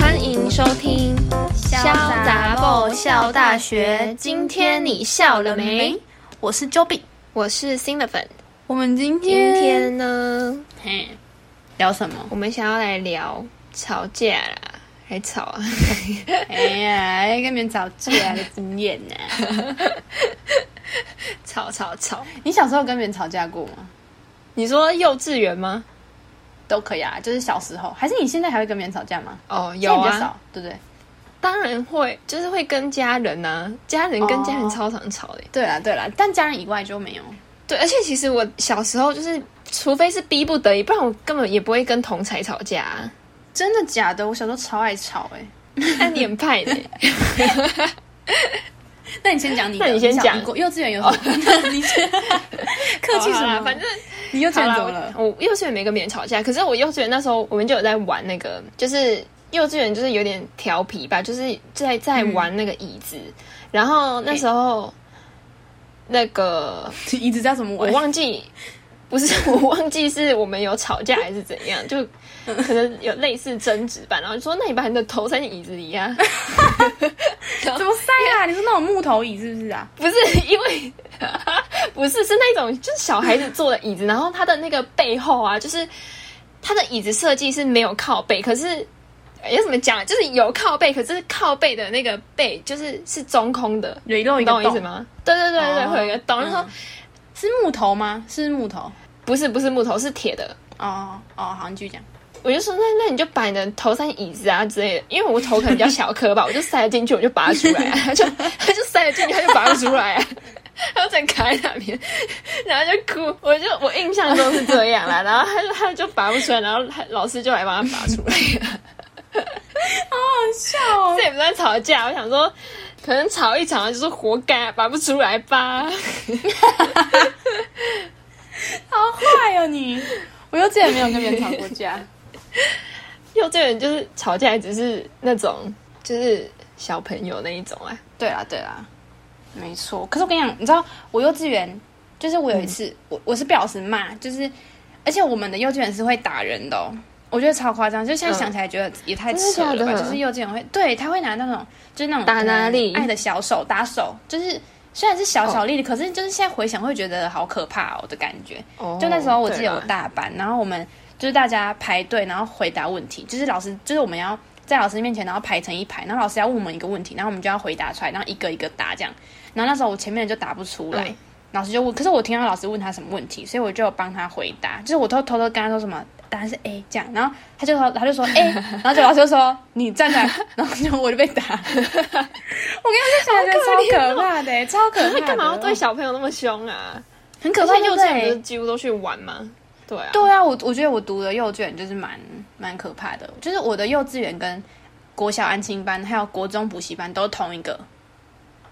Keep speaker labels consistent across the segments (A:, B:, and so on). A: 欢迎收听《潇
B: 洒爆笑大学
A: 今天你笑了没？我是 Joby，我是新的粉。
B: 我们今
A: 今
B: 天
A: 天呢，
B: 嘿聊什么？
A: 我们想要来聊吵架啦，还吵啊？
B: 哎呀，跟别人吵架的经验呢？
A: 吵吵吵！
B: 你小时候跟别人吵架过吗？
A: 你说幼稚园吗？
B: 都可以啊，就是小时候，还是你现在还会跟别人吵架吗？
A: 哦，
B: 现在
A: 有
B: 比较
A: 啊，
B: 少，对不对？
A: 当然会，就是会跟家人啊，家人跟家人
B: 哦
A: 超常吵的、
B: 对啦对啦，啊但家人以外就没有。
A: 对，而且其实我小时候就是，除非是逼不得已，不然我根本也不会跟同才吵架、 啊。
B: 真的假的？我小时候超爱吵哎、
A: 那你很派的、
B: 那你先讲你的，
A: 那你先
B: 小
A: 讲
B: 你过幼稚园有什 么？你先客气什
A: 哦好啦
B: 么？
A: 反正
B: 你幼稚
A: 好
B: 园
A: 啦
B: 怎么了？
A: 我我幼稚园没跟别人吵架，可是我幼稚园那时候我们就有在玩那个，就是幼稚园就是有点调皮吧，就是在在玩那个椅子，然后那时候那个
B: 你 椅子叫什么
A: 我
B: 玩？
A: 忘记，不是 我忘记是我们有吵架还是怎样，就可能有类似争执吧，然后就说那你把你的头塞进椅子里呀、然
B: 怎
A: 后
B: 么塞啊？你是那种木头椅是不是啊？
A: 不是因为， 不是是那种就是小孩子坐的椅子，然后他的那个背后啊，就是他的椅子设计是没有靠背，可是。哎要怎么讲？就是有靠背，可是靠背的那个背就是是中空的，
B: 有一漏
A: 你
B: 一个
A: 懂我
B: 洞
A: 意思？吗？对对对对，
B: 哦
A: 会有一个洞。然后
B: 嗯是木头吗？是木头。
A: 不是不是木头，是铁的，
B: 哦哦，好，你继续讲。
A: 我就说那那你就把你的头塞椅子啊之类的，因为我头可能比较小颗 吧，我就塞了进去，我就拔出来、啊， 他就他就塞了进去，他就拔不出来、啊，他就整卡在那边，然后就哭，我就我印象中是这样 啦，然后他就他就拔不出来，然后他老师就来帮他拔出来，
B: 笑哦
A: 这也不算吵架，我想说可能吵一吵就是活该、拔不出来吧，
B: 好坏哦你！我幼稚园没有跟别人吵过架，
A: 幼稚园就是吵架只是那种就是小朋友那一种啊，
B: 对啦对啦，没错。可是我跟你讲，你知道我幼稚园就是我有一次，我我是被老师骂，就是而且我们的幼稚园是会打人的哦，我觉得超夸张。就现在想起来觉得也太扯了吧，
A: 真的假的
B: 就是幼稚园会对他会拿那种就是那种
A: 打哪里
B: 嗯爱的小手打手，就是虽然是小小力的，可是就是现在回想会觉得好可怕哦的感觉。就那时候我记
A: 哦对
B: 得
A: 啦
B: 我大班，然后我们就是大家排队，然后回答问题，就是老师就是我们要在老师面前，然后排成一排，然后老师要问我们一个问题，然后我们就要回答出来，然后一个一个答这样。然后那时候我前面的就答不出来，
A: 嗯
B: 老师就问，可是我听到老师问他什么问题，所以我就有帮他回答，就是我偷偷偷跟他说什么。答案是 A 这样，然后他就说，他就说 A，然后就老师就说 你站起来，然后就我就被 打。我跟你讲，这小孩超可怕的欸，超可怕
A: 那
B: 的。
A: 哦干嘛要对小朋友那么凶啊？
B: 很
A: 可
B: 可怕
A: 是
B: 对不对？
A: 幼稚园不是几乎都去玩吗？对啊，
B: 对啊，我我觉得我读的幼稚园就是蛮蛮可怕的，就是我的幼稚园跟国小安亲班还有国中补习班都同一个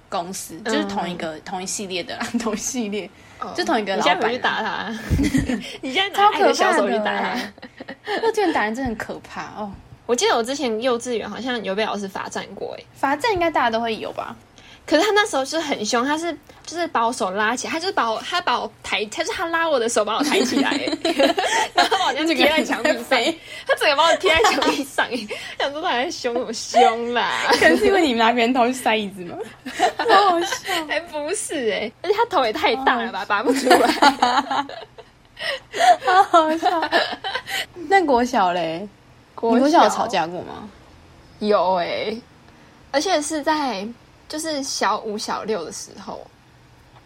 B: 公司，就是同一个、同一系列的啦， 同一系列。
A: 哦
B: 就同一个
A: 你
B: 老
A: 现
B: 板啊
A: 在回去打他， 你现在拿
B: 超
A: 爱的
B: 可
A: 小
B: 怕
A: 手
B: 哎
A: 去
B: 的
A: 打他
B: 欸。幼稚园打人真的很可怕哦，
A: 我记得我之前幼稚园好像有被老师罚站过，哎，
B: 罚站应该大家都会有 吧？
A: 可是他那时候就是很凶，他是就是把我手拉起来，他就是把我他把我抬，他就是他拉我的手把我抬起来，哎 然后我就贴在墙壁上，他整个把我贴在墙壁上，哎想说他还凶我凶啦。
B: 可能是因为你们拿别人头去塞椅 子吗？好好笑。
A: 哎、不是哎、
B: 欸
A: 而且他头也太大
B: 哦
A: 了吧，拔不出来。
B: 好好笑。那国小嘞，你 国小有吵架过吗？
A: 有哎、而且是在就是小五小六的时候，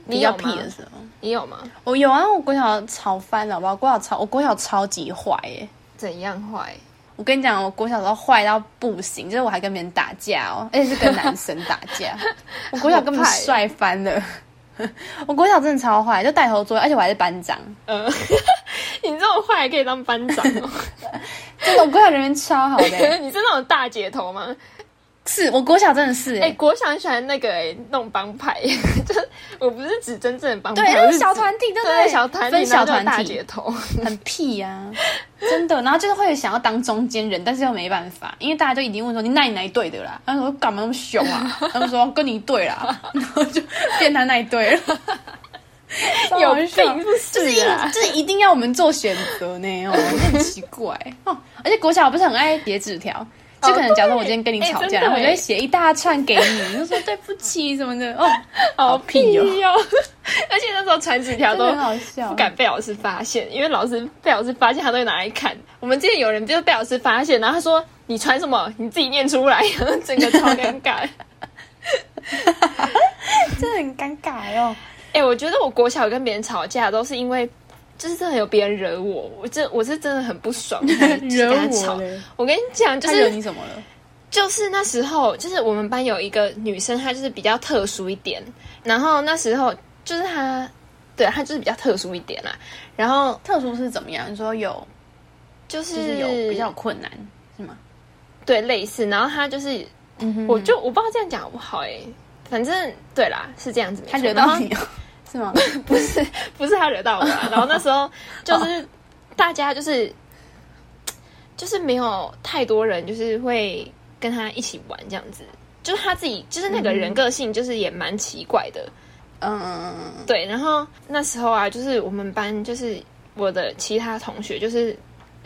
A: 你
B: 比
A: 有
B: 较
A: 吗
B: 屁的时候，
A: 你有吗？
B: 我有啊，我国小吵翻了，好不好？国小超，我国小超级坏欸耶、
A: 怎样坏？
B: 我跟你讲，我国小时候坏到不行，就是我还跟别人打架哦，而且是跟男生打 架。我国小根本帅翻了，我国小真的超坏，就带头作业，而且我还是班长，
A: 呃， 你这种坏还可以当班长 哦、
B: 真的，我国小人缘超好的、
A: 你是那种大姐头吗？
B: 是我国小真的是、
A: 哎、
B: 欸，
A: 国小很喜欢那个哎、弄帮派， 就是我不是指真正的帮
B: 对，
A: 派，
B: 那
A: 我
B: 个
A: 是
B: 小
A: 指
B: 团体，对不
A: 对
B: 对？
A: 小团体，
B: 分小团
A: 然后就有大
B: 体
A: 姐，头。
B: 很屁呀、真的。然后就是会想要当中间人，但是又没办法，因为大家就一定问说你那你哪一队的啦？然后我说干嘛 那么凶啊？他们说跟你一队啦，然后就变他那一队了。超
A: 有
B: 好笑
A: 病不是
B: 就是一
A: 啊
B: 就是一定要我们做选择呢，哦，很奇怪哦。而且国小不是很爱叠纸条，就可能假如说我今天跟你
A: 对
B: 吵
A: 哎
B: 架，
A: 真的
B: 然后我就会
A: 哎
B: 写一大串给你，你就说对不起什么的，哦，
A: 好
B: 屁
A: 屁
B: 哦
A: 哦！而且那时候传纸条
B: 真
A: 都
B: 的很好笑，
A: 不敢被老师发现，因为老师被老师发现，他都会拿来看。我们之前有人就是被老师发现，然后他说：“你传什么？你自己念出来。”然后整个超尴尬。
B: 真的很尴尬哦。
A: 哎、我觉得我国小跟别人吵架都是因为，就是真的有别人惹我，我这我是真的很不爽，才
B: 惹
A: 跟他
B: 我
A: 吵。
B: 了，
A: 我跟你讲，就
B: 他惹
A: 是
B: 你什么了？
A: 就是那时候，就是我们班有一个女生，她就是比较特殊一点，然后那时候就是她，对她就是比较特殊一点啦，然后
B: 特殊是怎么样？你说有，
A: 就是
B: 就是有比较有困难是吗？
A: 对类似，然后她就是，
B: 嗯哼
A: 我就我不知道这样讲好不好哎、反正对啦，是这样子没错。
B: 他惹
A: 然后
B: 到你了， 是吗？
A: 不是不是他惹到我、 啊，然后那时候
B: 哦
A: 就是大家就是就是没有太多人就是会跟他一起玩这样子，就是他自己就是那
B: 嗯
A: 个人个性就是也蛮奇怪的，
B: 嗯嗯嗯嗯嗯，
A: 对。然后那时候啊，就是我们班就是我的其他同学就是。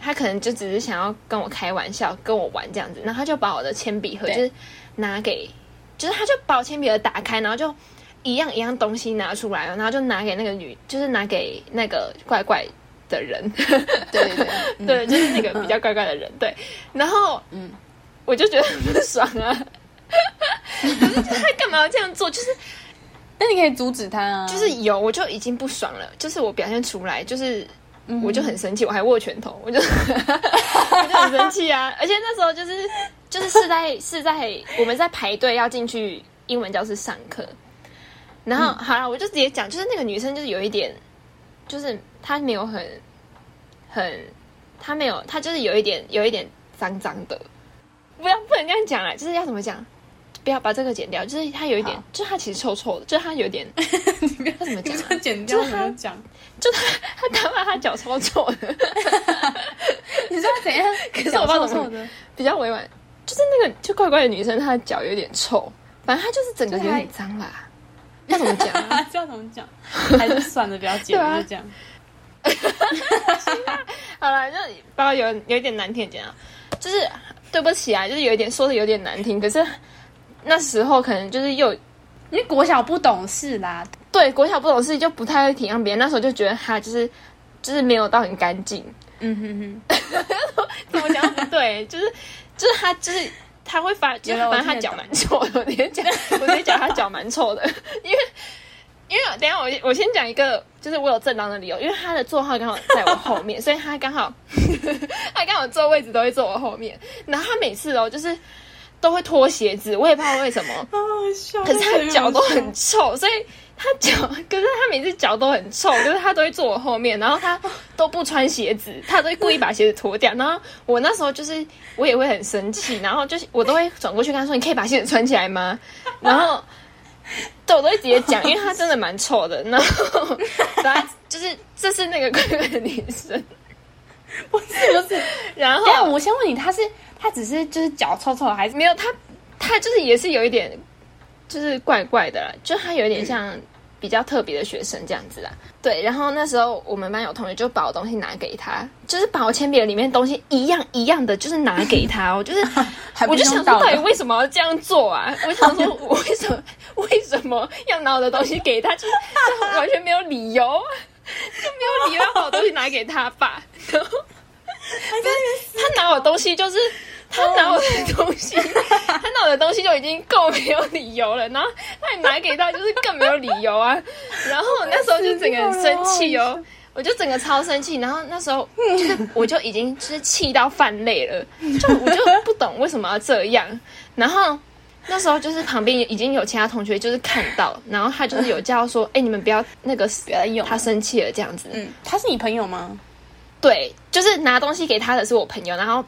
A: 他可能就只是想要跟我开玩笑，跟我玩这样子，然后他就把我的铅笔盒
B: 对
A: 就是拿给，就是他就把我铅笔盒打开，然后就一样一样东西拿出来，然后就拿给那个女，就是拿给那个怪怪的人，
B: 对对对，嗯
A: 对，就是那个比较怪怪的人，对。然后，
B: 嗯
A: 嗯，我就觉得很不爽啊， 可是他干嘛要这样做？就是
B: 那你可以阻止他啊，
A: 就是有，我就已经不爽了，就是我表现出来，就是
B: 嗯
A: 我就很生气，我还握拳头，我就 我就很生气啊！而且那时候就是就是是在是在我们在排队要进去英文教室上课，然后、
B: 嗯
A: 好了，我就直接讲，就是那个女生就是有一点，就是她没有很很，她没有，她就是有一点有一点脏脏的，不要不能这样讲啦，啊就是要怎么讲？不要把这个剪掉，就是她有一点
B: 好，
A: 就是她其实臭臭的，就是她有点，
B: 你不要
A: 怎么讲啊
B: 你不要剪掉，
A: 就
B: 我
A: 是他
B: 要讲。
A: 她他妈她脚超臭的，
B: 你知道怎样？ 可
A: 是我不知道怎么
B: 的，
A: 比较委婉，就是那个就怪怪的女生，她的脚有点臭，反正她就是整个有点脏 啦。要怎么讲啊？
B: 啊，知道怎么讲？还是算了，不要 剪，
A: 对啊
B: 就这样。
A: 好啦，就包括有有一点难听的讲啊，就是对不起啊，就是有一点说的有点难听，可是那时候可能就是又
B: 因为国小不懂事啦，
A: 对国小不懂事，就不太会体谅别人。那时候就觉得她就是就是没有到很干净，
B: 嗯哼
A: 怎么讲都不对，就是就是她就是。她会发，就
B: 有
A: 是
B: 了
A: 反
B: 我
A: 正她
B: 听得
A: 脚
B: 懂
A: 蛮臭的，我直接讲， 我直接讲她脚蛮臭的，因为因为等一下我我先讲一个，就是我有正当的理由，因为他的座号刚好在我后面，所以他刚好 他刚好坐位置都会坐我后面，然后他每次哦就是都会脱鞋子，我也不知道为什么，
B: 哼，好笑。
A: 可是他脚都很臭，所以他脚，可是他每次脚都很臭，就是他都会坐我后面，然后他都不穿鞋子，他都会故意把鞋子脱掉。然后我那时候就是我也会很生气，然后就是我都会转过去跟他说：“你可以把鞋子穿起来吗？”然后对我都会直接讲，因为他真的蛮臭的。然后，然后就是这是那个 怪怪的女生，
B: 不是不是。
A: 然后
B: 但我先问你，他是他只是就是脚臭臭，还是
A: 没有他，他就是也是有一点，就是怪怪的啦，就他有
B: 嗯
A: 点像比较特别的学生这样子啦。对，然后那时候我们班有同学就把我东西拿给他，就是把我铅笔盒里面东西一样一样的，就是拿给他 哦，就是
B: 还不
A: 我就
B: 用
A: 想说，
B: 道
A: 到
B: 德
A: 底为什么要这样做啊？我想说， 我为什么为什么要拿我的东西给他？就是这完全没有理由，啊就没有理由要把我东西拿给他吧？ 然后他拿我东西就是。他拿我的东西， 他拿我的东西就已经够没有理由了，然后他还拿给他，就是更没有理由啊。然后我那时候就整个人生气哦，我就整个超生气。然后那时候就是我就已经就是气到犯累了，就我就不懂为什么要这样。然后那时候就是旁边已经有其他同学就是看到，然后他就是有叫说：“哎、你们不要那个
B: 不要再用了
A: 他生气了这样子。”
B: 嗯，他是你朋友吗？
A: 对，就是拿东西给他的是我朋友，然后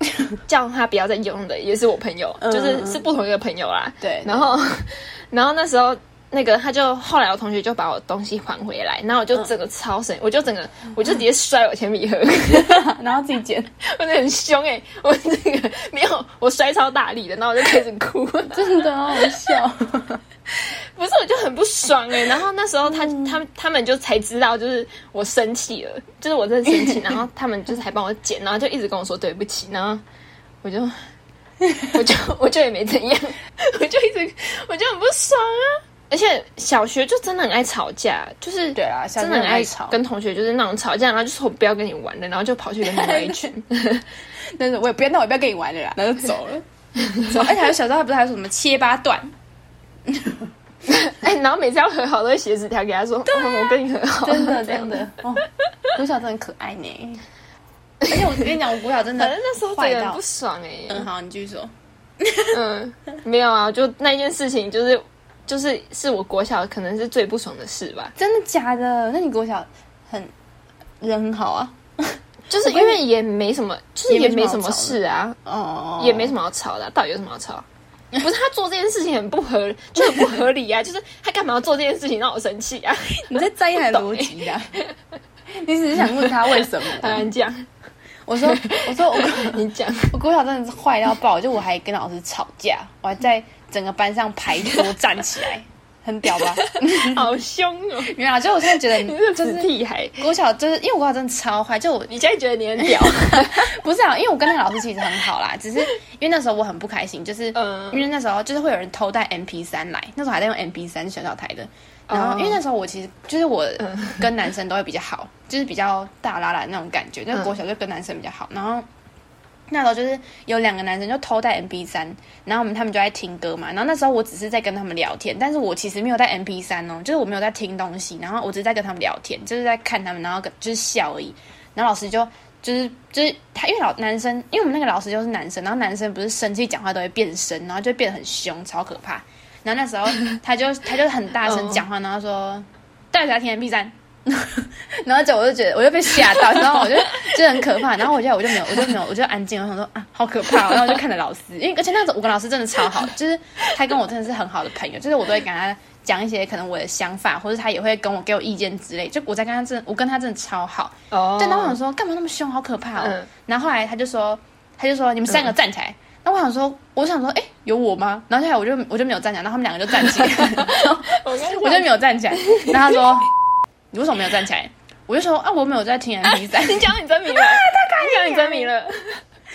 A: 叫他不要再用的也是我朋友，
B: 嗯
A: 就是是不同一个朋友啦。
B: 对
A: 然后， 然后那时候那个他就后来我同学就把我东西还回来，然后我就整个超神，我就整个
B: 嗯
A: 我就直接摔我铅笔盒，
B: 然后自己 剪，
A: 我真的很凶哎、我这个没有我摔超大力的，然后我就开始哭。
B: 真的好好笑。
A: 不不是，我就很不爽 哎、然后那时候他、
B: 嗯
A: 他们他们就才知道，就是我生气了，就是我真的生气。 然后他们就是还帮我剪，然后就一直跟我说对不起。然后我就我就我就也没怎样， 我就一直我就很不爽啊。而且小学就真的很爱吵架，就是
B: 对啊小
A: 真
B: 学
A: 的很
B: 很
A: 爱
B: 爱吵
A: 跟同学就是那种吵架，然后就说我不要跟你玩了，然后就跑去跟另外一 群。
B: 但是我也不要，那我也不要跟你玩了啦，然后就走了。走 而且还有小时候还不是还有什么切八段，
A: 哎，然后每次要和好都会写纸条给他说，哦我跟你和好，
B: 啊真的
A: 这样
B: 真 的哦，国小真的很可爱呢。而且我跟你讲，我国小真的，
A: 反正那时候
B: 坏
A: 真的很
B: 到
A: 不，爽哎、
B: 嗯，好，你继续说。
A: 嗯，没有啊，就那件事情就是。就是是我国小可能是最不爽的事吧，
B: 真的假的？那你国小很人很好啊？
A: 就是因为也没什么，就是也
B: 也
A: 没
B: 没
A: 什
B: 什
A: 么
B: 么
A: 事啊，
B: 哦，
A: 也没什么好吵的啊、到底有什么好吵？不是他做这件事情很不合， 就很不合理啊！就是他干嘛要做这件事情让我生气 啊？
B: 你在在意他的逻辑啊？ 你只是想问他为什
A: 当
B: 么？
A: 然讲，
B: 我说，我说我
A: 你 讲，
B: 我国小真的是坏到爆，就我还跟老师吵架，我还在整个班上排桌站起来，很屌吧？
A: 好凶哦！
B: 没有啦，就我现在觉
A: 你
B: 得
A: 是
B: 就
A: 死
B: 是。
A: 屁孩！
B: 国小就是因为我国小真的超坏，就我
A: 你现在觉得你很 屌？
B: 不是啊，因为我跟那个老师其实很好啦，只是因为那时候我很不开心，就是、
A: 嗯
B: 因为那时候就是会有人偷带 MP 三来，那时候还在用 MP 三小小台的，然
A: 哦
B: 后、
A: 嗯
B: 因为那时候我其实就是我跟男生都会比较好，就是比较大拉拉那种感觉，
A: 嗯
B: 就是国小就跟男生比较好，然后。那时候就是有两个男生就偷带 MP 三，然后我们他们就在听歌嘛，然后那时候我只是在跟他们聊天，但是我其实没有带 MP 三哦，就是我没有在听东西，然后我只是在跟他们聊天，就是在看他们，然后跟就是笑而已。然后老师就就是就是他，因为老男生，因为我们那个老师就是男生，然后男生不是生气讲话都会变声，然后就变得很凶，超可怕。然后那时候他就他就很大声讲话，然后说到底谁要听 MP 三？ 然后就我就觉得我就被吓到，然后我就就很可怕，然后我就我就没有我就没有我就安静，我想说啊好可怕哦、然后我就看着老师，因为而且那时候我跟老师真的超好，就是他跟我真的是很好的朋友，就是我都会跟他讲一些可能我的想法，或者他也会跟我给我意见之类，就我在跟他真的我跟他真的超好，
A: 哦
B: 对，然后我想说干嘛那么凶，好可怕哦。
A: 嗯
B: 然后后来他就说，他就说你们三个站起来。那我想说，我想说，哎、有我吗？然后后来我就我就没有站起来，然后他们两个就站起来， 然后
A: 我跟
B: 我就没有站起来。然后他说，你为什么没有站起来？我就说啊，我没有在听 M P 三，
A: 你讲你真 名了，你讲你真名了，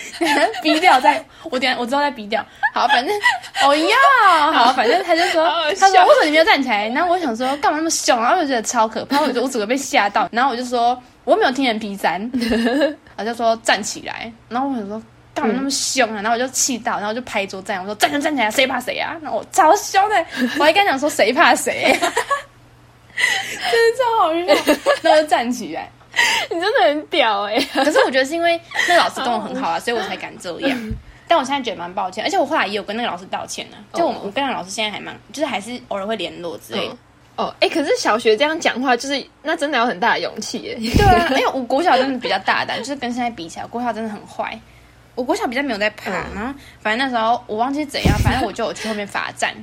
B: 逼掉在，我等一下我之后再逼掉。好，反正哦 呀，好，反正他就说
A: 好好，
B: 他说
A: 笑
B: 为什么你没有站起来？然后我想说干嘛那么凶？然后我就觉得超可怕，我就我整个被吓到。然后我就说我没有听 MP 三，他就说站起来。然后我想说干嘛那么凶啊？然后我就气到，然后我就拍桌站，我说站起来站起来，谁怕谁啊？然后我超凶的，我还跟他讲说谁怕谁， 真的超好笑。然后我就站起来。
A: 你真的很屌哎！
B: 可是我觉得是因为那个老师跟我很
A: 哦
B: 好啊，所以我才敢这样。但我现在觉得蛮抱歉，而且我后来也有跟那个老师道歉呢、啊。就我、
A: 哦
B: 我跟那个老师现在还蛮，就是还是偶尔会联络之类的。
A: 哦，哎、可是小学这样讲话，就是那真的有很大的勇气耶。
B: 对啊， 因为我国小真的比较大胆，就是跟现在比起来，我国小真的很坏。我国小比较没有在怕，
A: 嗯
B: 然后反正那时候我忘记是怎样，反正我就有去后面罚站。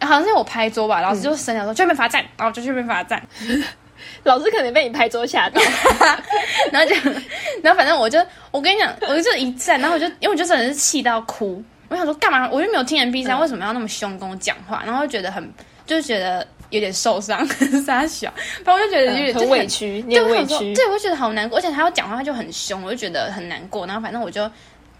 B: 好像是我拍桌吧，老师就生
A: 嗯
B: 了说去后面罚站，然后我就去后面罚站，
A: 老师可能被你拍桌吓到，
B: 然后就，然后反正我就，我跟你讲，我就一站，然后我就，因为我就真的是气到哭，我想说干嘛？我又没有听 M P 三，
A: 嗯
B: 为什么要那么凶跟我讲话？然后就觉得很，就是觉得有点受伤， 傻小，反正我 就觉得有点、
A: 嗯
B: 就
A: 很
B: 是
A: 委屈，你
B: 对，
A: 很
B: 我
A: 委
B: 想说，
A: 屈。
B: 对，我觉得好难过，而且他要讲话他就很凶，我就觉得很难过。然后反正我就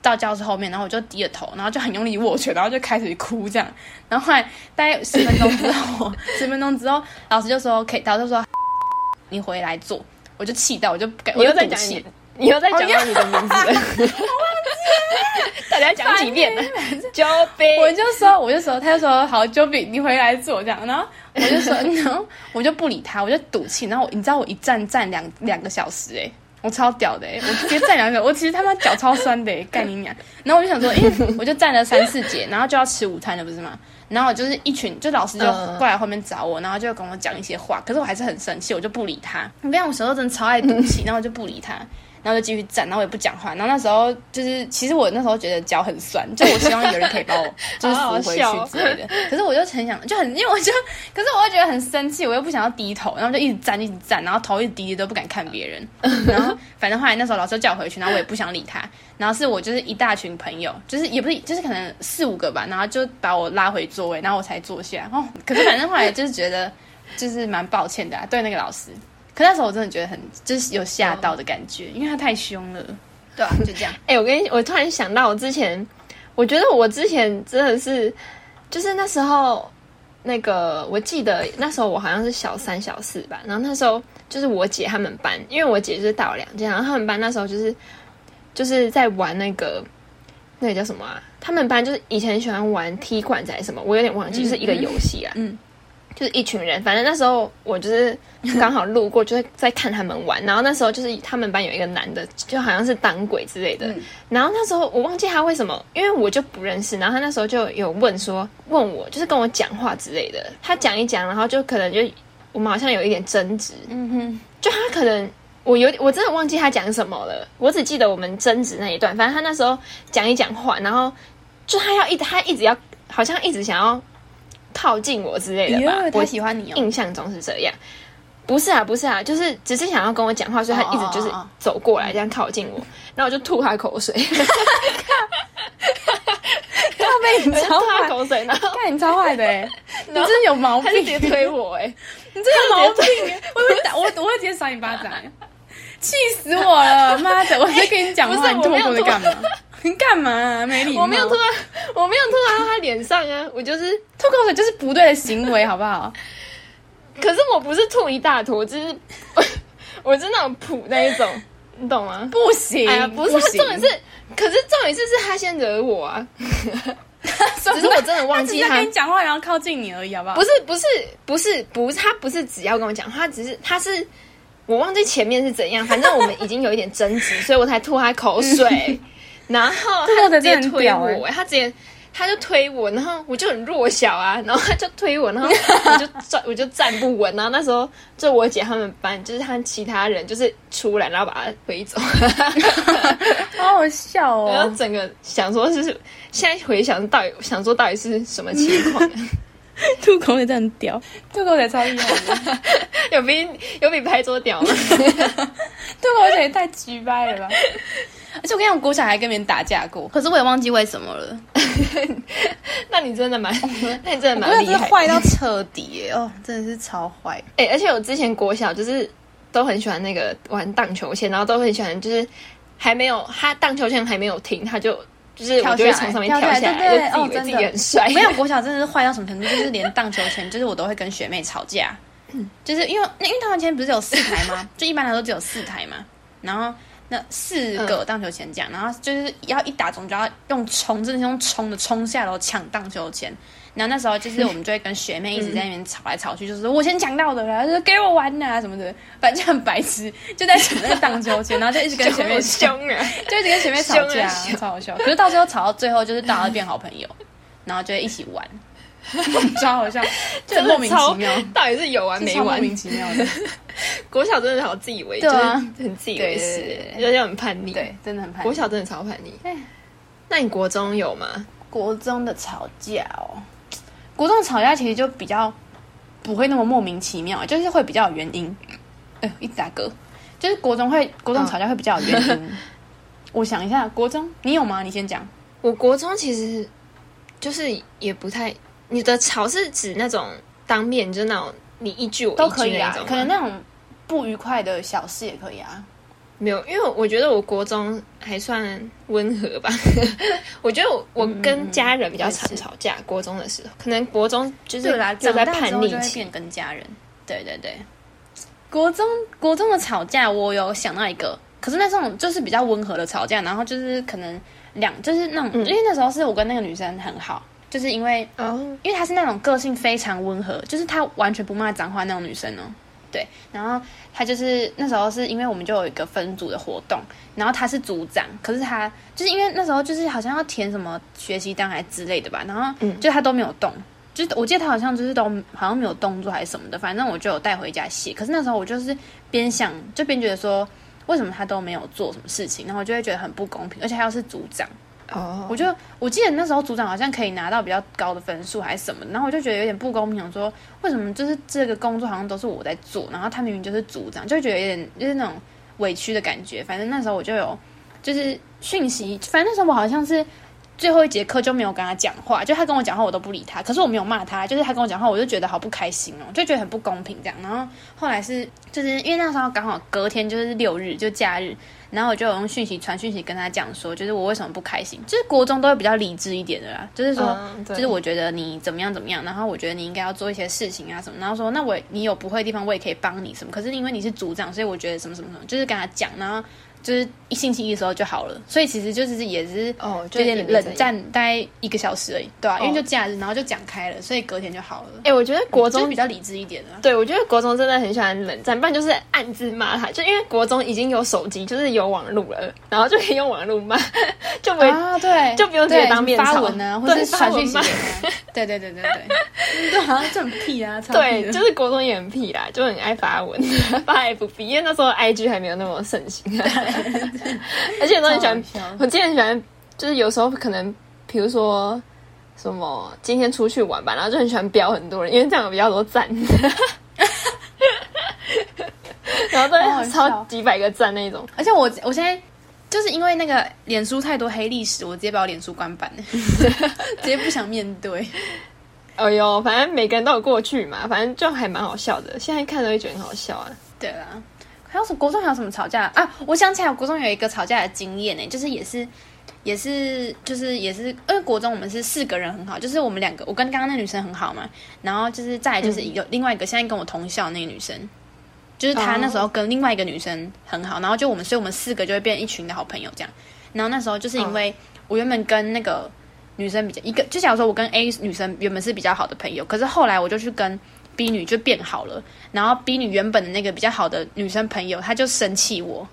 B: 到教室后面，然后我就低着头，然后就很用力握拳，然后就开始哭这样。然后后来大概十分钟之后， 十分钟之后，老师就说可以，老师就说 你回来坐。我就气到，我就不敢，
A: 你
B: 我
A: 又
B: 就
A: 在
B: 赌
A: 讲
B: 气
A: 你，，你又在讲
B: 哦呀
A: 到你的名字 了。 大家讲几遍了？交杯，
B: 我就说，我就说，他就说好，Joby，你回来坐这样，然后我就说， 然后我就不理他，我就赌气，然后我你知道我一站站两两个小时哎、欸我超屌的哎、欸我直接站两个，我其实他妈脚超酸的哎、欸，干你娘！然后我就想说，因为我就站了三四节，然后就要吃午餐了，不是吗？然后我就是一群，就老师就
A: 嗯
B: 过来后面找我，然后就跟 我讲一些话，可是我还是很生气，我就不理他。你不然我小时候真的超爱赌气，然后我就不理他。然后就继续站，然后我也不讲话。然后那时候就是，其实我那时候觉得脚很酸，就我希望有人可以 把我就是
A: 好
B: 扶
A: 好
B: 回
A: 笑
B: 去
A: 哦
B: 之类的。可是我就很想，就很因为我就，可是我又觉得很生气，我又不想要低头，然后就一直站，一直站，然后头一直低低都不敢看别人。然后反正后来那时候老师就叫我回去，然后我也不想理他。然后是我就是一大群朋友，就是也不是就是可能四五个吧，然后就把我拉回座位，然后我才坐下。哦，可是反正后来就是觉得就是蛮抱歉的、啊，对那个老师。可那时候我真的觉得很就是有吓到的感觉，因为他太凶了。对啊，就这样。
A: 哎、我跟你，我突然想到，我之前，我觉得我之前真的是，就是那时候，那个我记得那时候我好像是小三小四吧，然后那时候就是我姐他们班，因为我姐就是大我两届，然后他们班那时候就是就是在玩那个那个叫什么啊？他们班就是以前喜欢玩踢馆子还是什么，我有点忘记，就是一个游戏啊，
B: 嗯
A: 就是一群人，反正那时候我就是 刚好路过，就是在看他们玩。然后那时候就是他们班有一个男的，就好像是当鬼之类的。
B: 嗯
A: 然后那时候我忘记他为什么，因为我就不认识。然后他那时候就有问说，问我就是跟我讲话之类的。他讲一讲，然后就可能就我们好像有一点争执，
B: 嗯哼，
A: 就他可能我有我真的忘记他讲什么了，我只记得我们争执那一段。反正他那时候讲一讲话，然后就他要一直他一直要好像一直想要靠近我之类的吧
B: 哟，。
A: 我
B: 哎他喜欢你哦。
A: 印象中是这样。不是啊，不是啊，就是只是想要跟我讲话，所以他一直就是
B: 哦哦哦哦
A: 走过来这样靠近我，然后我就吐他口水，
B: 他 被你
A: 我就
B: 超
A: 吐他
B: 坏，
A: 口水，然后
B: 看你超坏的 欸，你真的有毛
A: 他
B: 病
A: 就，直接推 我、哎，
B: 你真的有毛病欸，我会打我，我会直接扇你巴掌欸，气死我了！妈的，我在跟你讲
A: 不
B: 话，
A: 是
B: 你吐
A: 我没有
B: 口水
A: 吐
B: 干嘛？你干嘛啊？没礼貌！
A: 我没有吐到，我没有吐到他脸上啊，我就是，
B: 吐口水就是不对的行为，好不好？
A: 可是我不是吐一大坨，就是 我我是那种噗那一种，你懂吗？
B: 不行，
A: 哎呀，不是，
B: 行
A: 重点是，可是重点是是他先惹我啊，
B: 只
A: 只是我真的忘记
B: 他只是在
A: 他
B: 跟你讲话，然后靠近你而已，好不好？
A: 不是不是不是不是，他不是只要跟我讲，他只是他是我忘记前面是怎 样，反正我们已经有一点争执，所以我才吐他口 水，然后
B: 这个
A: 他就
B: 的
A: 直接
B: 真的很
A: 推
B: 屌
A: 我、
B: 欸
A: 他直接他就推我，然后我就很弱小啊，然后他就推我，然 后我就站我就站不稳，然后那时候就我姐他们班就是他其他人就是出来，然后把他推 走，
B: 好好笑
A: 然后
B: 哦！
A: 整个想说是现在回想到底想说到底是什么情况。
B: 吐口水真的很屌，吐口水超厉害 的，
A: 有比有比拍桌 屌吗？
B: 吐口水也太鸡掰了吧！而且我跟你讲，国小还跟别人打架过，可是我也忘记为什么了。
A: 那你真的 蛮，那你真的
B: 我
A: 蛮
B: 国小
A: 厉
B: 真的
A: 害的。
B: 坏到彻底耶！哦，真的是超坏。
A: 哎、而且我之前国小就是都很喜欢那个玩荡秋千，然后都很喜欢就是还没有他荡秋千还没有停，他就就是我就会从上面
B: 跳
A: 跳
B: 下来
A: 下
B: 跳下
A: 来，
B: 来
A: 就自以为
B: 对对
A: 自
B: 哦真
A: 己
B: 的
A: 很帅。
B: 没有国小真的是坏到什么程度，就是连荡秋千，就是我都会跟学妹吵架，就是因为那因为荡秋千不是有四台吗？就一般来说只有四台嘛，然后那四个荡秋千这样，然后就是要一打中就要用冲，真的是用冲的冲下楼抢荡秋千。然后那时候就是我们就会跟学妹一直在那边吵来吵去，就是我先抢到的啦，就是给我玩呐、什么的，反正就很白痴，就在抢那个荡秋千，然后就一直跟 学妹
A: 好
B: 抢。
A: 凶啊！
B: 就一直跟学妹吵
A: 凶啊
B: 架、啊，
A: 凶
B: 超好笑。可是到最后吵到最后，就是大家变好朋友， 然后就会一起 玩，超好笑，就很莫名其妙，
A: 真的超 到底是有完
B: 就
A: 没
B: 超莫
A: 完？
B: 名其妙 的。
A: 国小真的好自以为，
B: 对啊
A: 就是很自以为是
B: 对对对，对
A: 而且很叛逆。
B: 对，，真的很叛逆。
A: 国小真的超叛逆
B: 哎。
A: 那你国中有吗？
B: 国中的吵架哦，国中的吵架其实就比较不会那么莫名其妙，就是会比较有原因。哎、一直打嗝，就是国中会国中吵架会比较有原因。 我想一下，国中你有吗？你先讲。
A: 我国中其实就是也不太，你的吵是指那种当面，就是那种你一句我
B: 都
A: 一
B: 可以
A: 句那
B: 啊
A: 种，吗
B: 可能那种不愉快的小事也可以啊。
A: 没有，因为我觉得我国中还算温和吧。 我觉得我我
B: 嗯
A: 跟家人比较常吵架，国中的时候，可能国中就是
B: 对啦，
A: 就
B: 长
A: 在
B: 大之
A: 叛
B: 后
A: 逆
B: 就会
A: 期。
B: 变跟家人。对对对，国中国中的吵架，我有想到一个，可是那种就是比较温和的吵架，然后就是可能两就是那种，
A: 嗯
B: 因为那时候是我跟那个女生很好，就是因为
A: 哦，
B: 因为她是那种个性非常温和，就是她完全不骂脏话那种女生哦。对，然后她就是那时候是因为我们就有一个分组的活动，然后她是组长，可是她就是因为那时候就是好像要填什么学习单还之类的吧，然后
A: 嗯
B: 就她都没有动，就是我记得她好像就是都好像没有动作还是什么的，反正我就有带回家写。可是那时候我就是边想就边觉得说。为什么他都没有做什么事情，然后我就会觉得很不公平，而且他又是组长，
A: 哦，
B: 我就我记得那时候组长好像可以拿到比较高的分数还是什么，然后我就觉得有点不公平，我说为什么就是这个工作好像都是我在做，然后他明明就是组长，就会觉得有点就是那种委屈的感觉。反正那时候我就有就是讯息，反正那时候我好像是最后一节课就没有跟他讲话，就他跟我讲话我都不理他，可是我没有骂他，就是他跟我讲话哦我就觉得好不开心哦，就觉得很不公平这样。然后后来是就是因为那时候刚好隔天就是六日就假日，然后我就有用讯息传讯息跟他讲说，就是我为什么不开心，就是国中都会比较理智一点的啦，就是说。
A: 嗯对
B: 就是我觉得你怎么样怎么样，然后我觉得你应该要做一些事情啊什么，然后说那我你有不会的地方我也可以帮你什么，可是因为你是组长，所以我觉得什么什么什么，就是跟他讲，然后就是一星期一的时候就好了，所以其实就是也是
A: 哦，
B: 有点冷
A: 战。
B: 战，大概一个小时而已，对啊，
A: 哦
B: 因为就假日，然后就讲开了，所以隔天就好了。
A: 哎、我觉得国
B: 就是
A: 中
B: 比较理智一点的、啊，
A: 对，我觉得国中真的很喜欢冷战，不然就是暗自骂他，就因为国中已经有手机，就是有网络了，然后就可以用网络骂， 就不会、
B: 啊，对，
A: 就不用直接
B: 对
A: 当面
B: 发
A: 吵
B: 文啊，或
A: 对
B: 是
A: 发
B: 传
A: 文
B: 讯息
A: 嘛
B: 给他， 对对对对对，对，好像这种屁啊，超屁
A: 对，
B: 的
A: 就是国中也很屁啦，就很爱发文 发 FB，因为那时候 IG 还没有那么盛 行、啊，而且我都很喜欢
B: 超好笑
A: 我之前很喜欢，就是有时候可能，比如说什么今天出去玩吧，然后就很喜欢标很多人，因为这样有比较多赞， 然后都
B: 好好
A: 会
B: 笑
A: 超几百个赞那种。
B: 而且我我现在就是因为那个脸书太多黑历史，我直接把我脸书关 板， 直接不想面对。
A: 哎呦，反正每个人都有过去嘛，反正就还蛮好笑的。现在看都会觉得很好笑啊。
B: 对啦，还有什么国中还有什么吵架啊？我想起来，我国中有一个吵架的经验呢、就是也是。也是，就是也是，因为国中我们是四个人很好，就是我们两个，我跟刚刚那女生很好嘛，然后就是再来就是有另外一个现在跟我同校那个女生，就是她
A: 哦
B: 那时候跟另外一个女生很好，然后就我们，所以我们四个就会变一群的好朋友这样。然后那时候就是因为我原本跟那个女生比较一个，就假如说我跟 A 女生原本是比较好的朋友，可是后来我就去跟 B 女就变好了，然后 B 女原本的那个比较好的女生朋友，她就生气我，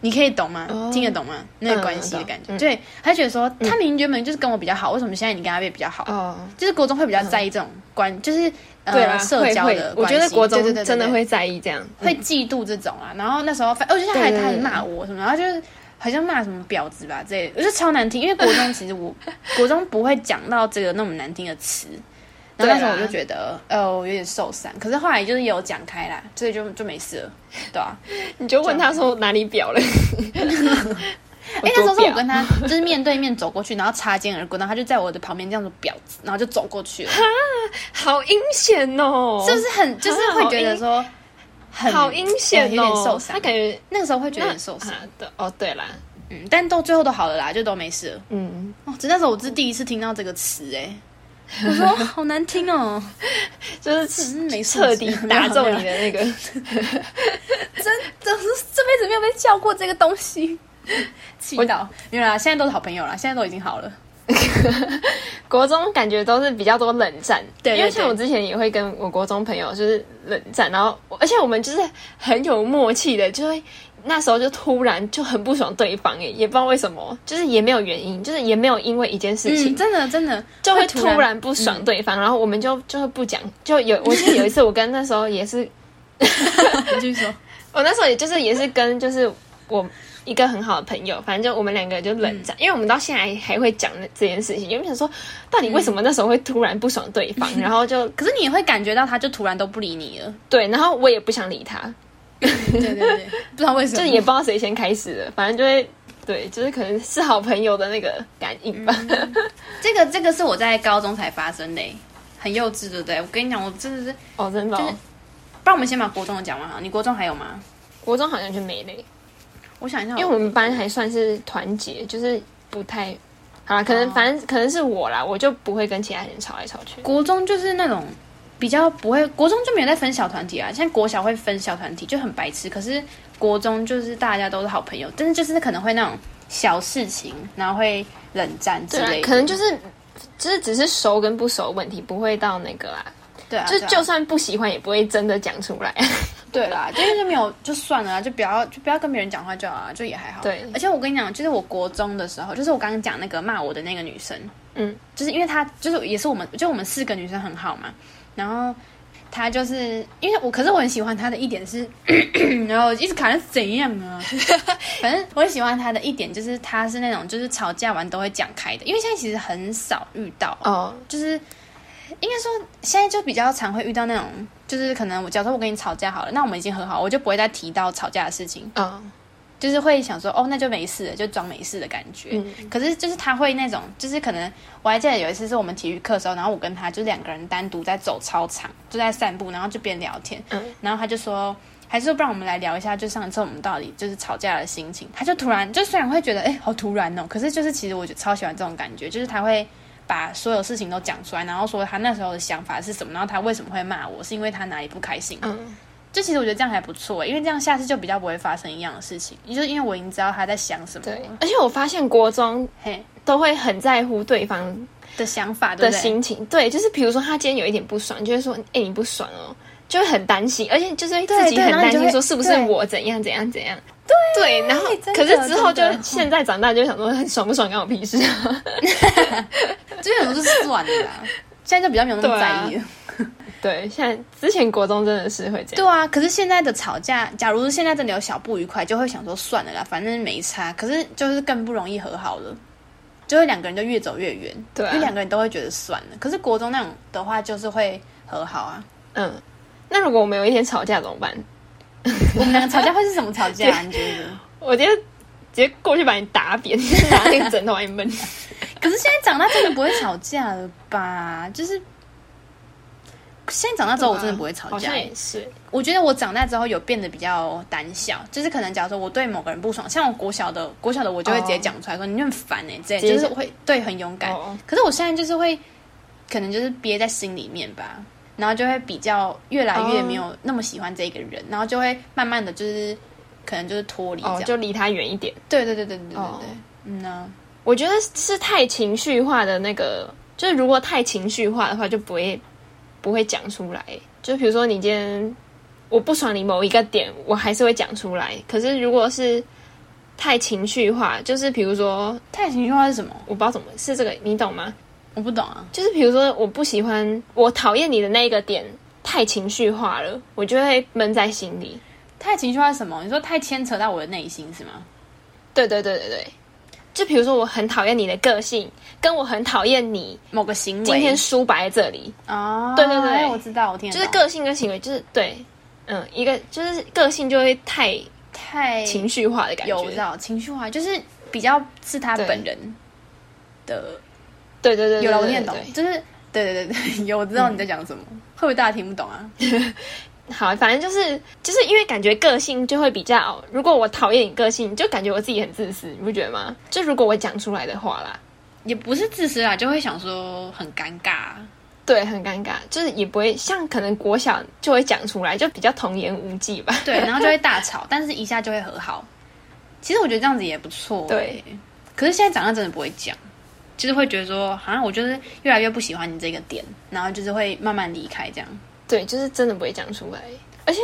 B: 你可以懂吗？
A: 哦
B: 听得懂吗？那个关系的感觉，
A: 嗯懂嗯
B: 对，她觉得说，她明明原本就是跟我比较好，为什么现在你跟她变比较好？
A: 哦，
B: 就是国中会比较在意这种关，就是呃
A: 对啦，
B: 社交
A: 会
B: 的
A: 会，我
B: 关系，
A: 觉得国
B: 对对
A: 中
B: 对对
A: 真的
B: 对
A: 会在意这样。
B: 会嫉妒这种啊。然后那时候，反而且他还
A: 对对
B: 他
A: 对
B: 还骂我什么，然后就是好像骂什么婊子吧之类的，我觉得超难听。因为国中其实我 国中不会讲到这个那么难听的词，然后那时候我
A: 对啊
B: 就觉得哦有点受伤，可是后来就是也有讲开啦，所以就就没事了，对啊。
A: 你就问他说哪里表 了？
B: 哎、
A: 哎
B: 那时候是我跟他就是面对面走过去，然后擦肩而过，然后他就在我的旁边这样子婊子，然后就走过去 了，
A: 好阴险哦，
B: 是不是很就是会觉得说很
A: 好阴险
B: 有
A: 哦，
B: 点受伤
A: 他感觉
B: 那个时候会觉得
A: 那
B: 很受伤，
A: 啊对哦，对啦，
B: 嗯，但都最后都好了啦，就都没事了。
A: 嗯，
B: 哦，这那时候我是第一次听到这个词 哎、我说好难听 哦，
A: 就是
B: 真没素质
A: 彻底打中你，
B: 没有没有
A: 的那个。
B: 真真是这辈子没有被叫过这个东西，气到没有啦，现在都是好朋友啦，现在都已经好了，
A: 国中感觉都是比较多冷战，
B: 对对
A: 因为像
B: 对
A: 我之前也会跟我国中朋友就是冷战，然后我而且我们就是很有默契的，就会那时候就突然就很不爽对方，哎，也不知道为什么，就是也没有原因，就是也没有因为一件事情，
B: 嗯，真的真 的
A: 就会突
B: 突
A: 然嗯不爽对方，然后我们就就会不讲，就有我记得有一次我跟那时候也是，
B: 你继续说，
A: 我那时候也就是也是跟就是我一个很好的朋友，反正就我们两个就冷战，因为我们到现在还会讲那这件事情，因为想说到底为什么那时候会突然不爽对 方，然后就
B: 可是你也会感觉到他就突然都不理你了，
A: 对，然后我也不想理他，
B: 对对 对，不知道为什
A: 就
B: 么，
A: 是也不知道谁先开始的，反正就会对，就是可能是好朋友的那个感应吧。
B: 这个这个是我在高中才发生的欸、很幼稚，对不对？我跟你讲，我真的是，
A: 哦，真的、
B: 就
A: 哦
B: 是，不然我们先把国中的讲完好，你国中还有吗？
A: 国中好像就没嘞。
B: 我想一下，
A: 因为我们班还算是团结，就是不太好啦，可能、
B: 哦
A: 反正可能是我啦，我就不会跟其他人吵来吵去。
B: 国中就是那种比较不会，国中就没有在分小团体啊。像国小会分小团体，就很白痴。可是国中就是大家都是好朋友，但是就是可能会那种小事情，然后会冷战之
A: 对啊
B: 类，的。
A: 可能就是就是只是熟跟不熟的问题，不会到那个啦。
B: 对啊，
A: 就
B: 对啊
A: 就算不喜欢，也不会真的讲出来。
B: 对啦，就是没有就算了啦，就不要就不要跟别人讲话就好了，就也还好。
A: 对
B: 而且我跟你讲，就是我国中的时候，就是我刚刚讲那个骂我的那个女生，
A: 嗯，
B: 就是因为她就是也是我们就我们四个女生很好嘛，然后他就是因为我，可是我很喜欢他的一点是， 然后我一直卡是怎样 啊？反正我很喜欢他的一点就是他是那种就是吵架完都会讲开的，因为现在其实很少遇到，啊
A: 哦，
B: 就是应该说现在就比较常会遇到那种，就是可能我假如说我跟你吵架好了，那我们已经和好，我就不会再提到吵架的事情，
A: 嗯
B: 就是会想说哦那就没事了，就装没事的感觉。
A: 嗯
B: 可是就是他会那种，就是可能我还记得有一次是我们体育课的时候，然后我跟他就两个人单独在走操场，就在散步，然后就边聊天，
A: 嗯
B: 然后他就说，还是不然我们来聊一下，就上一次我们到底就是吵架的心情。他就突然就虽然会觉得哎、好突然哦，可是就是其实我就超喜欢这种感觉，就是他会。把所有事情都讲出来，然后说他那时候的想法是什么，然后他为什么会骂我，是因为他哪里不开心。
A: 嗯
B: 就其实我觉得这样还不错，欸因为这样下次就比较不会发生一样的事情。就是因为我已经知道他在想什么
A: 对
B: 了，
A: 而且我发现国中
B: 嘿
A: 都会很在乎对方
B: 的想法，对
A: 的
B: 不对？
A: 心情，对，就是比如说他今天有一点不爽，就会说，哎、你不爽哦，就会很担心，而且就是会自己
B: 对
A: 很
B: 然后你
A: 担
B: 就
A: 心
B: 会
A: 说是不是
B: 对哎
A: 我怎样怎样怎样。对，然后
B: 真的
A: 可是之后就
B: 真的
A: 现在长大就想说很爽不爽关我屁事，
B: 这种就是算了啦，啊现在就比较没有那么在
A: 啊
B: 意了。
A: 对，现在之前国中真的是会这样，
B: 对啊，可是现在的吵架，假如现在真的有小不愉快，就会想说算了啦，反正没差。可是就是更不容易和好了，就会两个人就越走越远，
A: 对啊
B: 因为两个人都会觉得算了。可是国中那种的话，就是会和好啊。
A: 嗯。那如果我们有一天吵架怎么办？
B: 我们两个吵架会是什么吵架啊、你觉得？
A: 我直接直接过去把你打扁， 拿那个枕头把你闷。
B: 可是现在长大真的不会吵架了吧？就是现在长大之后，我真的不会吵
A: 啊好
B: 架、
A: 像也是，
B: 我觉得我长大之后有变得比较胆小，就是可能假如说我对某个人不爽，像我国小的国小的我就会直接讲出来说、你很烦哎、欸，这
A: 直接
B: 就
A: 讲
B: 是会对很勇敢。
A: 哦
B: 可是我现在就是会，可能就是憋在心里面吧，然后就会比较越来越
A: 哦
B: 没有那么喜欢这个人，然后就会慢慢的就是可能就是脱离这样。
A: 哦，就离他远一点。
B: 对对对对对对对，
A: 哦
B: 嗯呢、
A: 我觉得是太情绪化的那个，就是如果太情绪化的话，就不会不会讲出来。就比如说你今天我不爽你某一个点，我还是会讲出来。可是如果是太情绪化，就是比如说
B: 太情绪化是什么？
A: 我不知道怎么是这个，你懂吗？
B: 我不懂啊。
A: 就是比如说我不喜欢我讨厌你的那一个点太情绪化了，我就会闷在心里。
B: 太情绪化是什么？你说太牵扯到我的内心是吗？
A: 对对对对对，就比如说我很讨厌你的个性，跟我很讨厌你
B: 某个行为？
A: 今天输摆在这里。
B: 哦，
A: 对对对
B: 哎我知道，我听得
A: 就是
B: 懂
A: 个性跟行为，就是对，嗯，一个就是个性就会太
B: 太
A: 情绪化的感觉，
B: 有我知道情绪化，就是比较是他
A: 对
B: 本人的。
A: 对对对，
B: 有了，我
A: 念
B: 念懂，就是对对对对， 有我知道你在讲什么，会不会大家听不懂啊？
A: 好，反正就是就是因为感觉个性就会比较，如果我讨厌你个性，就感觉我自己很自私，你不觉得吗？就如果我讲出来的话啦，
B: 也不是自私啊啦，就会想说很尴尬。啊
A: 对，很尴尬，就是也不会像可能国小就会讲出来，就比较童言无忌吧。
B: 对，然后就会大吵，但是一下就会和好。其实我觉得这样子也不错、欸
A: 对，
B: 可是现在长大真的不会讲，就是会觉得说，好像我就是越来越不喜欢你这个点，然后就是会慢慢离开这样。
A: 对，就是真的不会讲出来，而且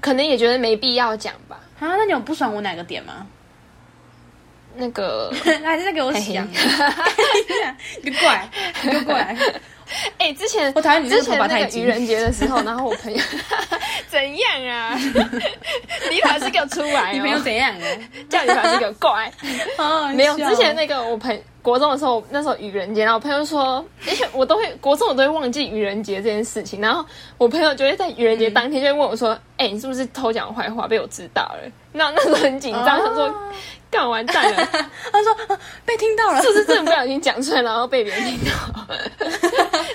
A: 可能也觉得没必要讲吧。
B: 啊，那你有不爽我哪个点吗？
A: 那个，
B: 还是在给我想？欸 你过来，你给我过来！
A: 哎、之前
B: 我讨厌你这
A: 之
B: 个
A: 前
B: 头发
A: 那
B: 太
A: 个
B: 紧
A: 愚。人节的时候，然后我朋 友怎样啊？ 理发师给我出来、哦，
B: 你朋友怎样啊？
A: 叫理发师给我过 来。
B: 哦，
A: 没有，之前那个我朋国中的时候，那时候愚人节，然后我朋友说，而且我都会国中我都会忘记愚人节这件事情，然后我朋友就会在愚人节当天就会问我说，哎、你是不是偷讲我坏话被我知道了？那那时候很紧张，
B: 哦
A: 他、说干完蛋了，
B: 他说、啊被听到了，
A: 是不是真的不小心讲出来，然后被别人听到？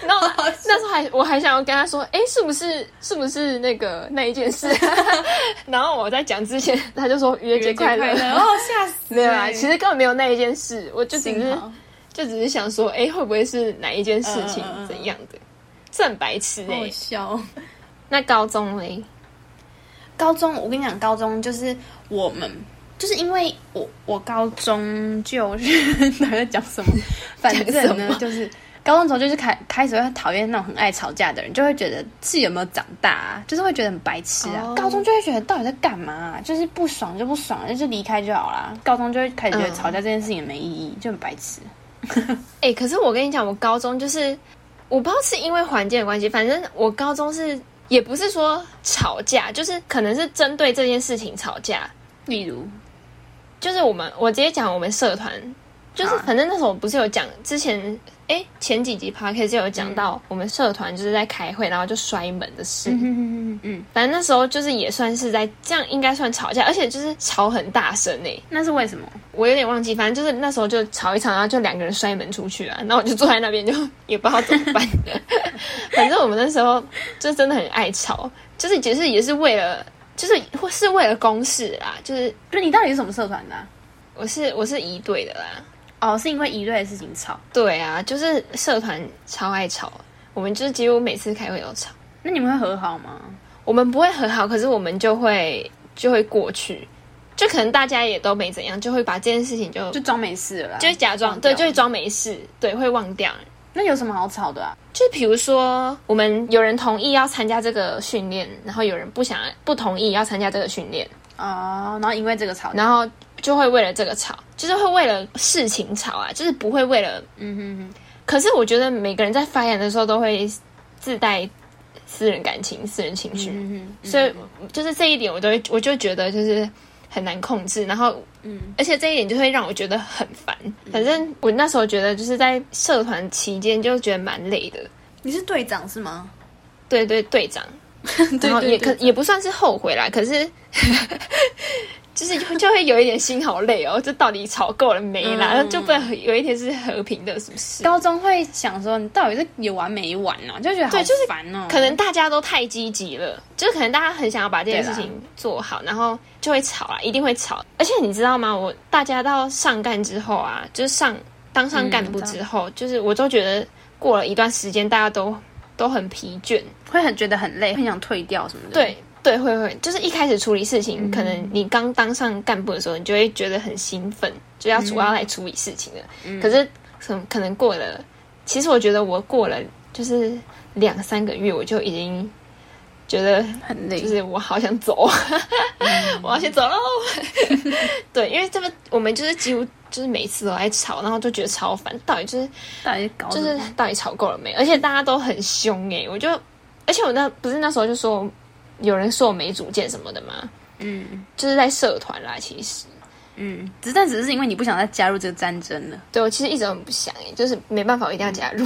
A: 然后那时候还我还想要跟他说，哎、是不是是不是那个那一件事？ 然后我在讲之前，他就说愚人节快乐。
B: 哦，吓死
A: 没有啊，
B: 欸
A: 其实根本没有那一件事，我就只
B: 幸
A: 是
B: 好
A: 就只是想说，哎、会不会是哪一件事情
B: 嗯嗯嗯嗯
A: 怎样的？这很白痴哎、
B: 好笑哦。
A: 那高中嘞，
B: 高中，我跟你讲，高中就是我们，就是因为我我高中就是 到底在讲 什么？反正
A: 讲什
B: 呢
A: 么，
B: 就是高中的时候就是开开始会讨厌那种很爱吵架的人，就会觉得自己有没有长大、啊，就是会觉得很白痴啊。
A: 哦
B: 高中就会觉得到底在干嘛啊、就是不爽就不爽，就是离开就好啦。高中就会开始觉得
A: 嗯
B: 吵架这件事情也没意义，就很白痴。
A: 哎、可是我跟你讲，我高中就是我不知道是因为环境的关系，反正我高中是也不是说吵架，就是可能是针对这件事情吵架。
B: 例如，
A: 就是我们我直接讲我们社团，就是
B: 好啊
A: 反正那时候不是有讲之前哎、前几集 p o d c a s 有
B: 嗯
A: 讲到我们社团就是在开会，然后就摔门的事。
B: 嗯嗯嗯嗯，
A: 反正那时候就是也算是在这样，应该算吵架，而且就是吵很大声欸诶、
B: 那是为什么？
A: 我有点忘记，反正就是那时候就吵一吵，然后就两个人摔门出去啊，然后我就坐在那边就也不知道怎么办。反正我们那时候就真的很爱吵，就是只是也是为了，就是或是为了公事啦，就是
B: 就你到底是什么社团的啊、
A: 我是我是一队的啦，
B: 哦，是因为一队的事情吵。
A: 对啊，就是社团超爱吵，我们就是几乎每次开会都吵，
B: 那你们会和好吗？
A: 我们不会和好，可是我们就会就会过去，就可能大家也都没怎样，就会把这件事情就
B: 就装没事了啦。
A: 就是假装
B: 忘掉
A: 对，就会装没事，对，会忘掉。
B: 那有什么好吵的啊？
A: 就比如说，我们有人同意要参加这个训练，然后有人不想不同意要参加这个训练，
B: 哦，然后因为这个吵架。
A: 然后就会为了这个吵，就是会为了事情吵啊，就是不会为了。
B: 嗯哼哼，
A: 可是我觉得每个人在发言的时候都会自带私人感情、私人情绪，
B: 嗯哼哼，
A: 所以就是这一点，我都会我就觉得就是很难控制，然后
B: 嗯，
A: 而且这一点就会让我觉得很烦。反正我那时候觉得就是在社团期间就觉得蛮累的，
B: 你是队长是吗？
A: 对对，队长。
B: 对
A: 然后也
B: 对
A: 可
B: 对，
A: 也不算是后悔啦，可是 就是就就会有一点心好累哦，这到底吵够了没啦？
B: 嗯
A: 然后就不能有一天是和平的，是不是？
B: 高中会想说你到底是有完没完呢、就觉得好
A: 对就是
B: 烦哦。
A: 可能大家都太积极了，就是可能大家很想要把这件
B: 对
A: 事
B: 啦
A: 情做好，然后就会吵啊啦，一定会吵。而且你知道吗？我大家到上干之后啊，就是上当上
B: 嗯
A: 干
B: 我
A: 部
B: 知道
A: 之后，就是我都觉得过了一段时间，大家都都很疲倦，
B: 会很觉得很累，很想退掉什么的。，
A: 对对，会会，就是一开始处理事情，可能你刚当上干部的时候，你就会觉得很兴奋，就要主要来处理事情了。可是可能可能过了，其实我觉得我过了就是两三个月，我就已经觉得
B: 很累。
A: 就是我好想走，啊 我要先走喽。对，因为这个我们就是几乎就是每次都在吵，然后就觉得超烦，到底就是
B: 到底是搞
A: 就
B: 什
A: 是
B: 么
A: 到底吵够了没？而且大家都很凶哎、我就，而且我那不是那时候就说有人说我没主见什么的嘛，
B: 嗯
A: 就是在社团啦，其实
B: 嗯，只但只是因为你不想再加入这个战争了。
A: 对我其实一直很不想哎、就是没办法，我一定要加入。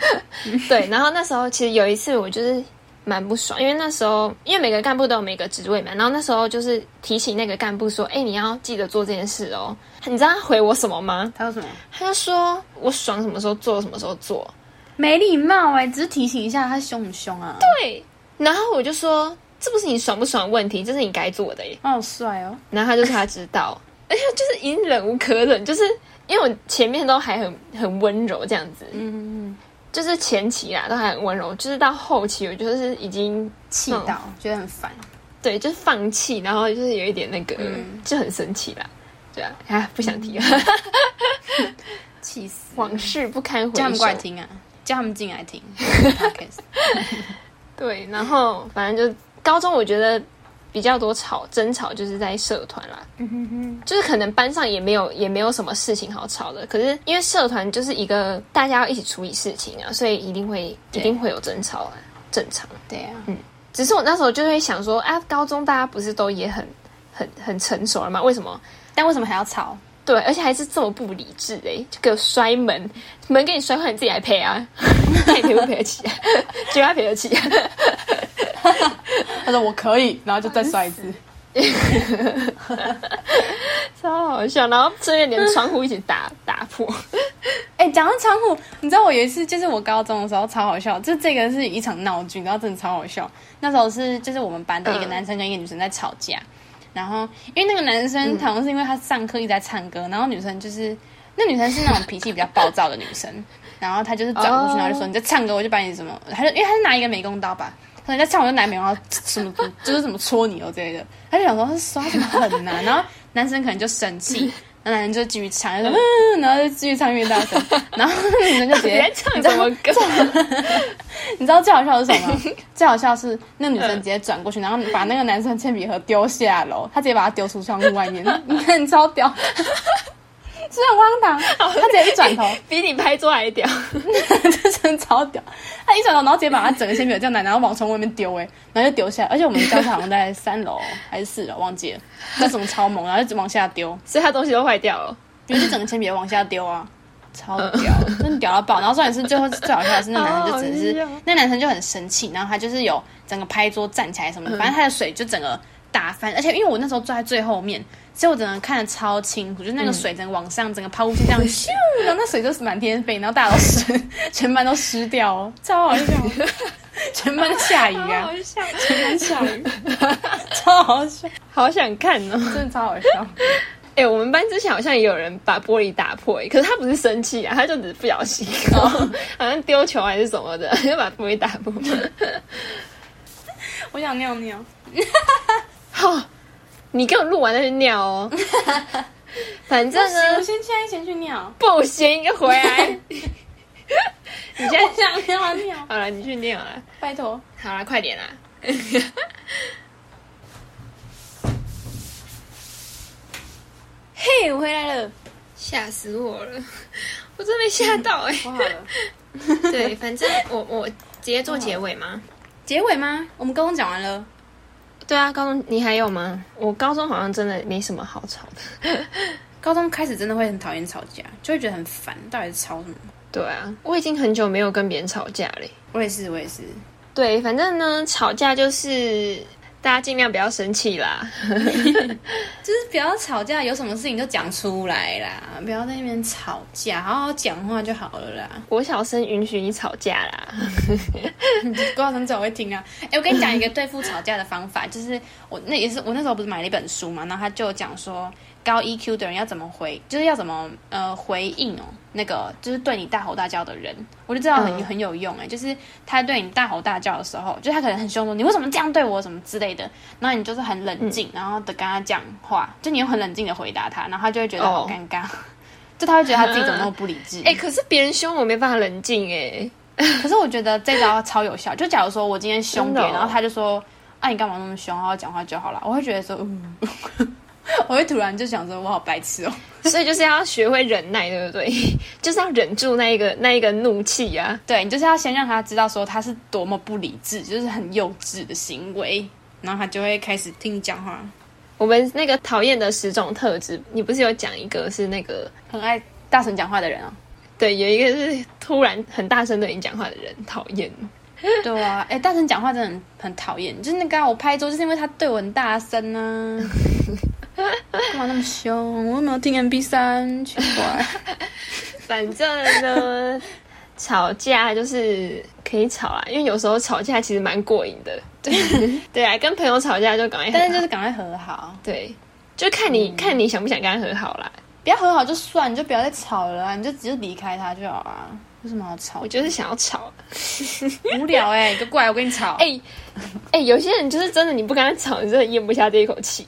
A: 对，然后那时候其实有一次我就是蛮不爽，因为那时候因为每个干部都有每个职位嘛，然后那时候就是提醒那个干部说，哎、你要记得做这件事哦。你知道他回我什么吗？
B: 他说什么？
A: 他就说我爽什么时候做什么时候做，
B: 没礼貌哎、只是提醒一下，他凶不凶啊？
A: 对，然后我就说这不是你爽不爽的问题，这是你该做的耶。
B: 对，好帅哦。
A: 然后他就说他知道， 而且就是已经忍无可忍，就是因为我前面都还很很温柔这样子，
B: 嗯，
A: 就是前期啦都还很温柔，就是到后期我就是已经
B: 气到、觉得很烦。
A: 对，就是放弃，然后就是有一点那个、
B: 嗯
A: 就很生气啦。对啊，啊不想提了，
B: 气死！
A: 往事不堪回
B: 叫他们
A: 首
B: 过。来听啊，叫他们进来 听 podcast。
A: 对，然后反正就高中我觉得比较多吵争吵，就是在社团啦，
B: 嗯哼哼，
A: 就是可能班上也没有也没有什么事情好吵的，可是因为社团就是一个大家要一起处理事情啊，所以一定会一
B: 对
A: 定会有争吵啊，正常。
B: 对啊，
A: 只是我那时候就会想说，啊，高中大家不是都也很很很成熟了吗？为什么？
B: 但为什么还要吵？
A: 对，而且还是这么不理智哎、就给我摔门，门给你摔坏，你自己来赔啊， 那你赔不赔得 起、啊？绝对赔得起、啊。
B: 他说我可以，然后就再摔一次。
A: 超好笑，然后顺便连窗户一起打打破。
B: 哎、讲到窗户，你知道我有一次就是我高中的时候超好笑，就这个是一场闹剧，然后真的超好笑。那时候是就是我们班的一个
A: 嗯
B: 男生跟一个女生在吵架，然后因为那个男
A: 嗯
B: 生好像是因为他上课一直在唱歌，然后女生就是那女生是那种脾气比较暴躁的女生，然后她就是转过去，
A: 哦
B: 然后就说你在唱歌，我就把你什么，他就因为他是拿一个美工刀吧。可能在唱，我就拿美工刀什么就是怎么戳你哦之类的，他就想说刷什么狠呐、然后男生可能就生气，然后男生就继续唱，就说嗯，然后就继续唱越大 声，然后那个女生就直
A: 你
B: 接
A: 在唱什么歌？
B: 你知道最好笑的是什么吗？ 最好笑的是那女生直接转
A: 嗯
B: 过去，然后把那个 男生铅笔盒丢下楼，她直接把它丢出窗户外面，你看你超屌。是很荒唐。他直接一转头，
A: 比你拍桌还屌。
B: 这真的超屌！他一转头，然后直接把他整个铅笔盒这样拿，然后往从外面丢，哎，然后就丢下来。而且我们教室好像在三楼还是四楼，忘记了，那种超猛，然后就往下丢，
A: 所以他东西都坏掉了。
B: 因为就整个铅笔盒往下丢啊，超 屌，真的屌到爆。然后重点是最后最好笑的是，那男生 就只
A: 好
B: 是
A: 好笑
B: 那男生就很生气，然后他就是有整个拍桌站起来什么的，反正他的水就整个打翻。而且因为我那时候坐在最后面，所以我整个看得超清楚，就那个水整个往上，整个抛物线这 样咻，然后那水就是满天飞，然后大家都湿，全班都湿掉哦，超 好笑，全班都下雨啊，
A: 笑，
B: 全班下雨， 超好笑，
A: 好想看哦。
B: 真的超好笑。
A: 哎、我们班之前好像也有人把玻璃打破、欸，可是他不是生气啊，他就只是不小心，然后好像丢球还是什么的，就把玻璃打破。
B: 我想尿尿，
A: 哈，你给我录完再去尿 哦。反正
B: 不行我
A: 呢，
B: 先现在先去尿。
A: 不行，回 来。你现在
B: 想尿尿，
A: 好了，你去尿了，
B: 拜托。
A: 好了，快点啦。
B: 嘿，我回来了，
A: 吓死我了！我真没吓到哎、
B: 我好了。
A: 对，反正我我直接做结尾吗？
B: 结尾吗？我们高中讲完了，
A: 对啊，高中你还有吗？我高中好像真的没什么好吵的。
B: 高中开始真的会很讨厌吵架，就会觉得很烦，到底是吵什么？
A: 对啊，我已经很久没有跟别人吵架嘞。
B: 我也是，我也是，
A: 对，反正呢，吵架就是大家尽量不要生气啦。
B: 就是不要吵架，有什么事情就讲出来啦，不要在那边吵架，好好讲话就好了啦。
A: 国小生允许你吵架啦。
B: 高中总会听啊。哎、我跟你讲一个对付吵架的方法，就是我那也是我那时候不是买了一本书嘛，然后他就讲说高 EQ 的人要怎么回，就是要怎么呃回应哦，那个就是对你大吼大叫的人，我就知道很、
A: 嗯
B: 很有用哎、就是他对你大吼大叫的时候，就是他可能很凶说你为什么这样对我什么之类的，然后你就是很冷
A: 嗯
B: 静，然后的跟他讲话，就你用很冷静的回答他，然后他就会觉得好
A: 哦
B: 尴尬。就他会觉得他自己怎么那么不理智？
A: 哎、可是别人凶我没办法冷静哎、
B: 可是我觉得这招超有效。就假如说我今天凶
A: 真
B: 别
A: 的
B: 人，
A: 哦
B: 然后他就说：“啊，你干嘛那么凶？好好讲话就好了。”我会觉得说，嗯， 我会突然就想说，我好白痴哦。
A: 所以就是要学会忍耐，对不对？ 就是要忍住那一个那一个怒气啊。
B: 对你就是要先让他知道说他是多么不理智，就是很幼稚的行为，然后他就会开始听你讲话，
A: 我们那个讨厌的十种特质，你不是有讲一个是那个
B: 很爱大声讲话的人啊。
A: 对，有一个是突然很大声对你讲话的人讨厌。
B: 对啊，哎、大声讲话真的很很讨厌。就是那个啊、我拍桌，就是因为他对我很大声呢、啊。 干嘛那么凶？我又没有听 MP 三，奇怪。
A: 反正 呢，吵架就是可以吵啦，因为有时候吵架其实蛮过瘾的。对 对啊，跟朋友吵架就赶快，
B: 但是就是赶快和好。
A: 对，就看你、看你想不想跟他和好啦。
B: 不要和好就算，你就不要再吵了啊，你就直接离开他就好啊。有什么好吵？
A: 我就是想要吵，
B: 无聊哎、你就过来我跟你吵。
A: 哎、哎、有些人就是真的，你不跟他吵，你真的咽不下这一口气。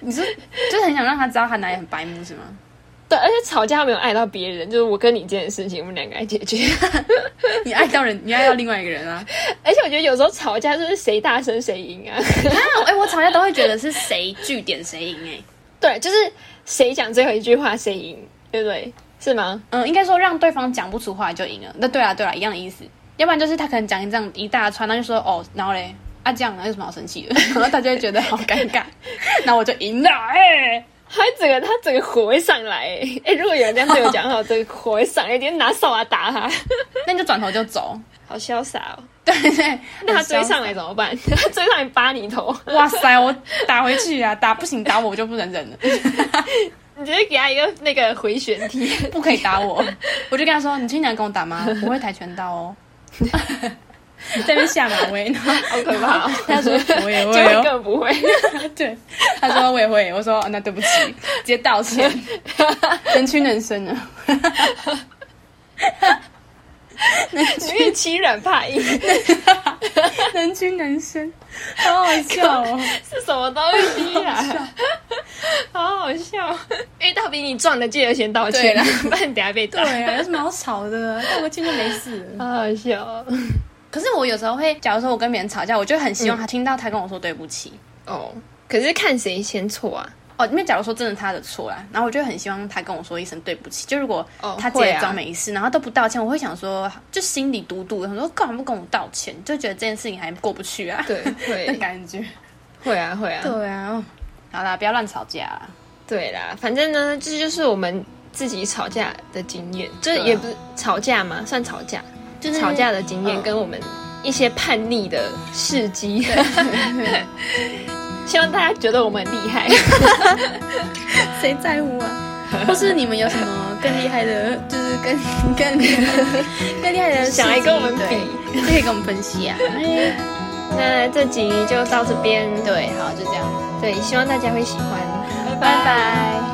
B: 你是就是很想让他知道他哪里很白目 是吗？
A: 对，而且吵架没有碍到别人，就是我跟你这件事情，我们两个来解决。
B: 你爱到人，你爱到另外一个人 啊。
A: 而且我觉得有时候吵架就是谁大声谁赢 啊。
B: 那哎、我吵架都会觉得是谁据点谁赢哎。
A: 对，就是谁讲最后一句话谁赢，对不对？是吗？
B: 嗯，应该说让对方讲不出话就赢了。那对啊，对啊，一样的意思。要不然就是他可能讲一这样一大串，他就说哦，然后嘞啊这样，那有什么好生气的？ 然后他就会觉得好尴 尬，那我就赢了哎、
A: 他整个他整个火会上来、欸，哎、如果有人这样对我讲话，我整个火会上来，一定拿扫把打他，
B: 那你就转头就走。
A: 好潇洒哦。
B: 对对，
A: 那他
B: 很潇
A: 追
B: 洒
A: 上来怎么办？他追上来扒你头，
B: 哇塞，我打回去啊！打不行，打我我就不能忍了，
A: 你直接给他一个那个回旋踢。
B: 不可以打我。我就跟他说：“你经常跟我打吗？我会跆拳道哦。” 在那边下马威，然后
A: 好可怕哦
B: 他说：“我也
A: 就
B: 会
A: 会
B: 哦。
A: 更不会，”
B: 对，他说：“我也会。”我说：“哦那对不起，直接道歉，能屈能伸啊。
A: 因为欺软怕硬
B: 能屈能伸，好好笑哦！
A: 是什么东西啊？好好笑，遇到比你壮的记得先道歉
B: 对啦，
A: 不然等下被
B: 对
A: 打。
B: 啊，有什么好吵的？道个歉就没事了。
A: 好好笑哦
B: 可是我有时候会，假如说我跟别人吵架，我就很希望他听到他跟我说对不起，
A: 哦。可是看谁先错啊？
B: 哦，因为假如说真的他的错啦，然后我就很希望他跟我说一声对不起。就如果
A: 哦
B: 他直接
A: 会啊
B: 装没事，然后都不道歉，我会想说，就心里嘟嘟的，想说干嘛不跟我道歉，就觉得这件事情还过不去啊，
A: 对，
B: 的
A: 会
B: 感觉。
A: 会啊会啊，
B: 对啊，哦好啦，不要乱吵架啊啦。
A: 对啦，反正呢，这就是我们自己吵架的经验，就是
B: 对啊
A: 也不是吵架嘛，算吵架，
B: 就是
A: 吵架的经验
B: 嗯
A: 跟我们一些叛逆的事迹。 希望大家觉得我们很厉 害。
B: 谁在乎啊？或是你们有什么更厉害的，就是更更厉害更厉害的事情，
A: 想来跟我们比
B: 对，就可以跟我们分析啊。哎
A: 那这集就到这边，
B: 对，好，就这样，
A: 对，希望大家会喜欢，
B: 拜拜